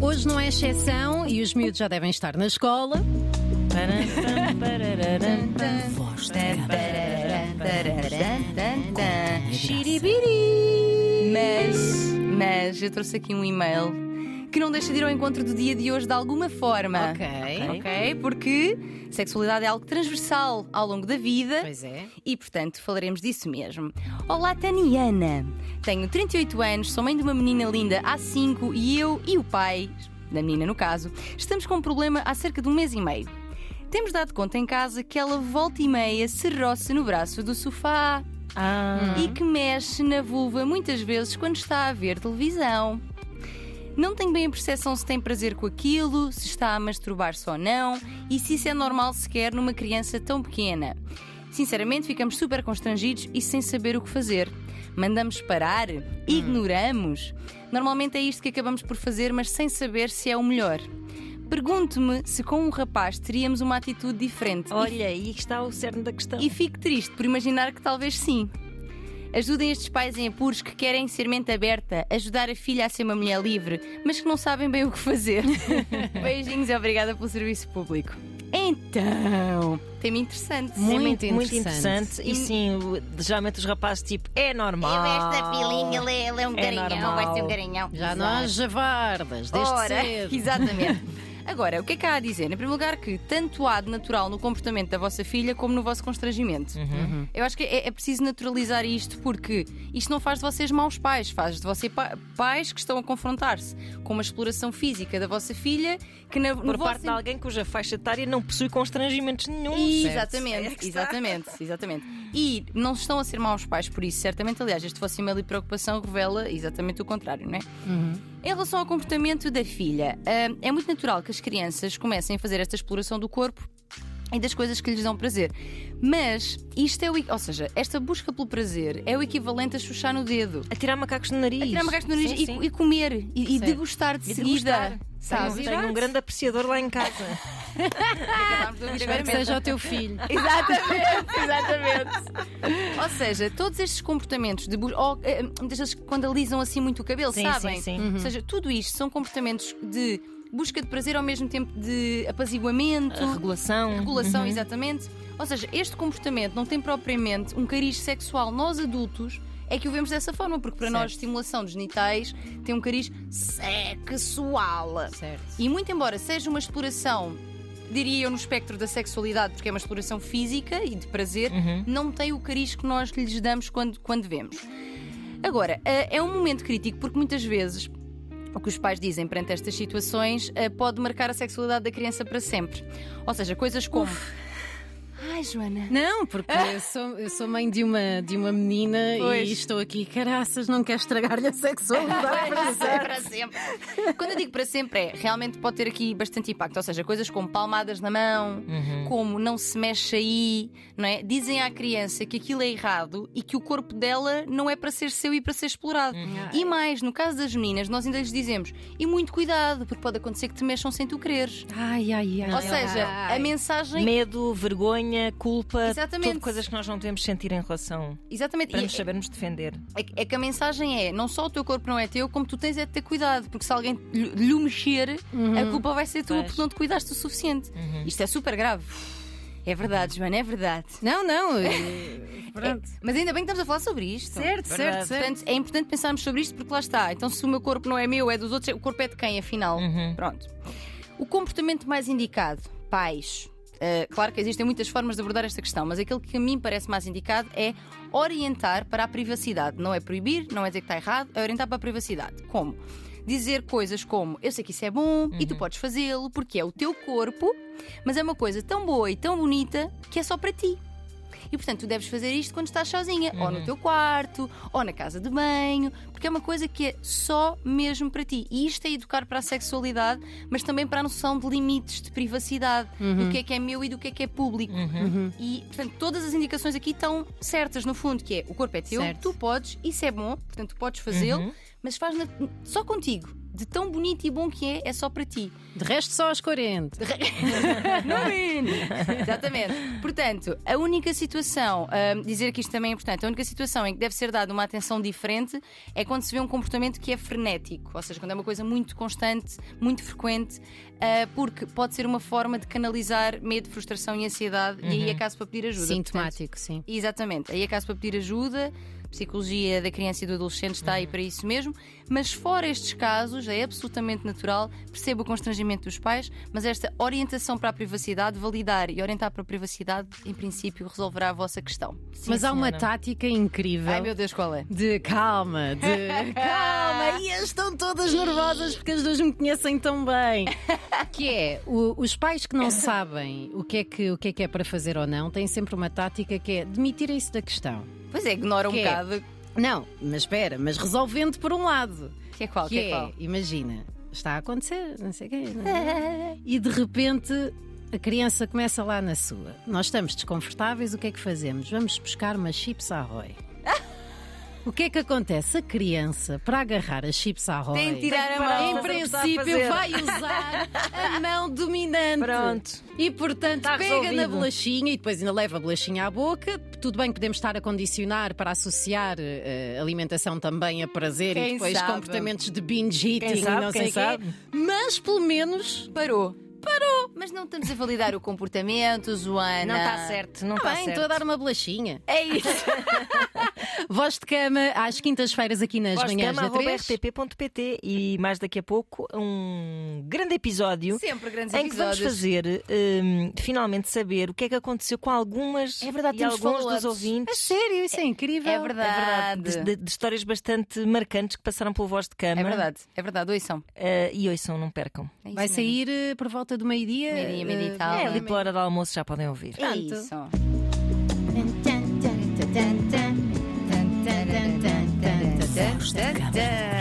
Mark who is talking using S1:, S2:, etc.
S1: Hoje não é exceção e os miúdos já devem estar na escola.
S2: Voz de cama.
S1: Xiribiri.
S2: Mas, mas, eu trouxe aqui um e-mail que não deixa de ir ao encontro do dia de hoje de alguma forma.
S1: Ok.
S2: Ok, porque sexualidade é algo transversal ao longo da vida.
S1: Pois é.
S2: E, portanto, falaremos disso mesmo. Olá, Taniana. Tenho 38 anos, sou mãe de uma menina linda há 5 e eu e o pai, da menina no caso, estamos com um problema há cerca de um mês e meio. Temos dado conta em casa que ela volta e meia se roça no braço do sofá e que mexe na vulva muitas vezes quando está a ver televisão. Não tenho bem a percepção se tem prazer com aquilo, se está a masturbar-se ou não e se isso é normal sequer numa criança tão pequena. Sinceramente, ficamos super constrangidos e sem saber o que fazer. Mandamos parar? Ignoramos? Normalmente é isto que acabamos por fazer, mas sem saber se é o melhor. Pergunto-me se com um rapaz teríamos uma atitude diferente. E
S3: Olha, aí está o cerne da questão.
S2: e fico triste por imaginar que talvez sim. Ajudem estes pais em apuros que querem ser mente aberta, ajudar a filha a ser uma mulher livre, mas que não sabem bem o que fazer. Beijinhos e obrigada pelo serviço público. Então, tema interessante.
S1: Muito interessante.
S3: muito interessante. E sim, o- geralmente os rapazes, tipo, é normal.
S2: ele é um
S3: É normal.
S2: garanhão.
S1: Já nós javardas, desde
S2: Ora,
S1: cedo.
S2: exatamente. Agora, o que é que há a dizer? Em primeiro lugar, que tanto há de natural no comportamento da vossa filha como no vosso constrangimento.
S3: Uhum.
S2: Eu acho que é, é preciso naturalizar isto porque isto não faz de vocês maus pais, faz de vocês pa- pais que estão a confrontar-se com uma exploração física da vossa filha que na, no
S3: Por
S2: vosso
S3: parte de alguém cuja faixa etária não possui constrangimentos nenhum.
S2: e-
S3: certo? É
S2: Exatamente,
S3: que está.
S2: exatamente, exatamente. E não estão a ser maus pais por isso, certamente. Aliás, este vosso e-mail de preocupação revela exatamente o contrário, não é?
S3: Uhum.
S2: Em relação ao comportamento da filha, hum, é muito natural que as crianças comecem a fazer esta exploração do corpo e das coisas que lhes dão prazer. Mas isto é o. i- Ou seja, esta busca pelo prazer é o equivalente a chuchar no dedo.
S3: A tirar macacos no nariz.
S2: Tirar uma no nariz
S3: Sim,
S2: e,
S3: sim.
S2: e comer e- e,
S1: Certo.
S2: degustar de seguida.
S3: Tenho-
S2: Sabes?
S3: Tenho um grande apreciador lá em casa.
S2: Acabámos de ouvir agora
S1: Espero que
S2: mesmo.
S1: seja o teu filho.
S2: Exatamente, exatamente. Ou seja, todos estes comportamentos de bus... ou, eh, muitas vezes quando alisam assim muito o cabelo,
S3: Sim,
S2: sabem?
S3: sim, Uhum. sim.
S2: Ou seja, tudo isto são comportamentos de busca de prazer ao mesmo tempo de apaziguamento,
S3: A regulação. Uhum.
S2: regulação, exatamente. Ou seja, este comportamento não tem propriamente um cariz sexual. Nós adultos é que o vemos dessa forma, porque para nós
S1: Certo.
S2: estimulação dos genitais tem um cariz sexual.
S1: Certo.
S2: E muito embora seja uma exploração, diria eu, no espectro da sexualidade, porque é uma exploração física e de prazer, não tem o cariz que nós lhes damos quando, quando vemos. Agora, eh, é um momento crítico porque muitas vezes. O que os pais dizem perante estas situações eh, pode marcar a sexualidade da criança para sempre. Ou seja, coisas como. Ai, Joana.
S1: Não, porque eu sou, eu sou mãe de uma, de uma menina
S2: Pois.
S1: e estou aqui, caraças, não quero estragar-lhe a sexualidade. para sempre.
S2: para sempre. Quando eu digo para sempre, é realmente pode ter aqui bastante impacto. Ou seja, coisas como palmadas na mão, como não se mexe aí, não é? Dizem à criança que aquilo é errado e que o corpo dela não é para ser seu e para ser explorado. E mais, no caso das meninas, nós ainda lhes dizemos: e muito cuidado, porque pode acontecer que te mexam sem tu quereres.
S1: Ai, ai, ai.
S2: Ou seja,
S1: ai.
S2: a mensagem.
S3: Medo, vergonha, culpa.
S2: Exatamente.
S3: Tudo coisas que nós não devemos sentir em relação.
S2: Exatamente.
S3: Para
S2: E
S3: nos sabermos defender.
S2: É que- É que a mensagem é: não só o teu corpo não é teu, como tu tens é de ter cuidado, porque se alguém lhe lhe o mexer, a culpa vai ser tua
S3: Pois.
S2: porque não te cuidaste o suficiente. Isto é super grave. É verdade, Joana, é verdade.
S1: Não, não. eh, Pronto.
S2: É, mas ainda bem que estamos a falar sobre isto.
S1: Certo, certo,
S3: Verdade.
S1: certo.
S2: Portanto, é importante pensarmos sobre isto porque lá está. Então, se o meu corpo não é meu, é dos outros, o corpo é de quem, afinal? Pronto. O comportamento mais indicado, pais. Uh, claro que existem muitas formas de abordar esta questão, mas aquele que a mim parece mais indicado é orientar para a privacidade. Não é proibir, não é dizer que está errado, é orientar para a privacidade. Como? Dizer coisas como eu sei que isso é bom e tu podes fazê-lo porque é o teu corpo, mas é uma coisa tão boa e tão bonita que é só para ti. E portanto, tu deves fazer isto quando estás sozinha, ou no teu quarto, ou na casa de banho, porque é uma coisa que é só mesmo para ti. E isto é educar para a sexualidade, mas também para a noção de limites, de privacidade, do que é que é meu e do que é que é público. E portanto, todas as indicações aqui estão certas no fundo, que é o corpo é teu,
S1: Certo.
S2: tu podes, isso é bom, portanto, tu podes fazê-lo, mas faz na- só contigo. De tão bonito e bom que é, é só para ti.
S1: De resto, só aos 40.
S2: No mínimo. Exatamente. Portanto, a única situação, hum, dizer que isto também é importante, a única situação em que deve ser dada uma atenção diferente é quando se vê um comportamento que é frenético, ou seja, quando é uma coisa muito constante, muito frequente, ah, porque pode ser uma forma de canalizar medo, frustração e ansiedade, e aí é caso para pedir ajuda. Portanto,
S1: Sintomático, sim.
S2: Exatamente. Aí é caso para pedir ajuda. Psicologia da criança e do adolescente está aí para isso mesmo. Mas fora estes casos, é absolutamente natural. Percebo o constrangimento dos pais, mas esta orientação para a privacidade, validar e orientar para a privacidade, em princípio, resolverá a vossa questão.
S1: Mas há uma
S3: senhora.
S1: tática incrível.
S2: Ai meu Deus, qual é?
S1: De calma, de calma. E as estão todas nervosas porque as duas me conhecem tão bem. Que é, o- os pais que não sabem o que, é que, o que é que é para fazer ou não têm sempre uma tática que é demitirem-se da questão.
S2: Pois é, ignora um
S1: Que é?
S2: bocado.
S1: Não, mas espera, mas resolvendo por um lado.
S2: Que é qual?
S1: que
S2: Que é qual?
S1: imagina, está a acontecer, não sei o quê. não é? E de repente a criança começa lá na sua. Nós estamos desconfortáveis, o que é que fazemos? Vamos buscar umas chips Ahoy. O que é que acontece? A criança, para agarrar as chips Ahoy,
S2: Tem que tirar a mão.
S1: em princípio vai usar a mão dominante.
S3: Pronto.
S1: E portanto
S3: Está
S1: pega na
S3: Tá resolvido.
S1: bolachinha e depois ainda leva a bolachinha à boca. Tudo bem que podemos estar a condicionar para associar eh, alimentação também a prazer
S2: Quem
S1: e depois
S2: sabe?
S1: comportamentos de binge eating
S3: sabe,
S1: e não
S3: quem
S1: sei
S3: sabe?
S1: quê. Mas pelo menos
S2: Parou. Parou. Mas não estamos a validar o comportamento, Joana.
S3: Não está certo, não
S1: Tá
S3: está
S1: bem,
S3: certo.
S1: estou a dar uma bolachinha.
S2: É isso.
S1: Voz de cama às quintas-feiras aqui nas
S3: Voz de
S1: manhãs
S3: cama,
S1: da
S3: arroba
S1: 3.
S3: rtp.pt e mais daqui a pouco um grande episódio
S2: Sempre grandes
S3: em que vamos
S2: episódios.
S3: fazer hum, finalmente saber o que é que aconteceu com algumas
S2: É verdade,
S3: e
S2: temos
S3: alguns dos
S2: follow-ups.
S1: A
S3: ouvintes ah,
S1: sério, isso é incrível.
S2: É verdade.
S3: de, de- de histórias bastante marcantes que passaram pelo voz de cama
S2: É verdade, é verdade, oiçam.
S3: Eh, e ouçam, não percam.
S2: É isso
S1: Vai
S2: mesmo.
S1: sair eh, por volta do meio-dia.
S2: Meio-dia, meio-dia e
S1: eh,
S2: tal.
S3: é, ali pela hora do almoço já podem ouvir.
S2: É
S1: Pronto.
S2: isso.
S1: Voz de cama.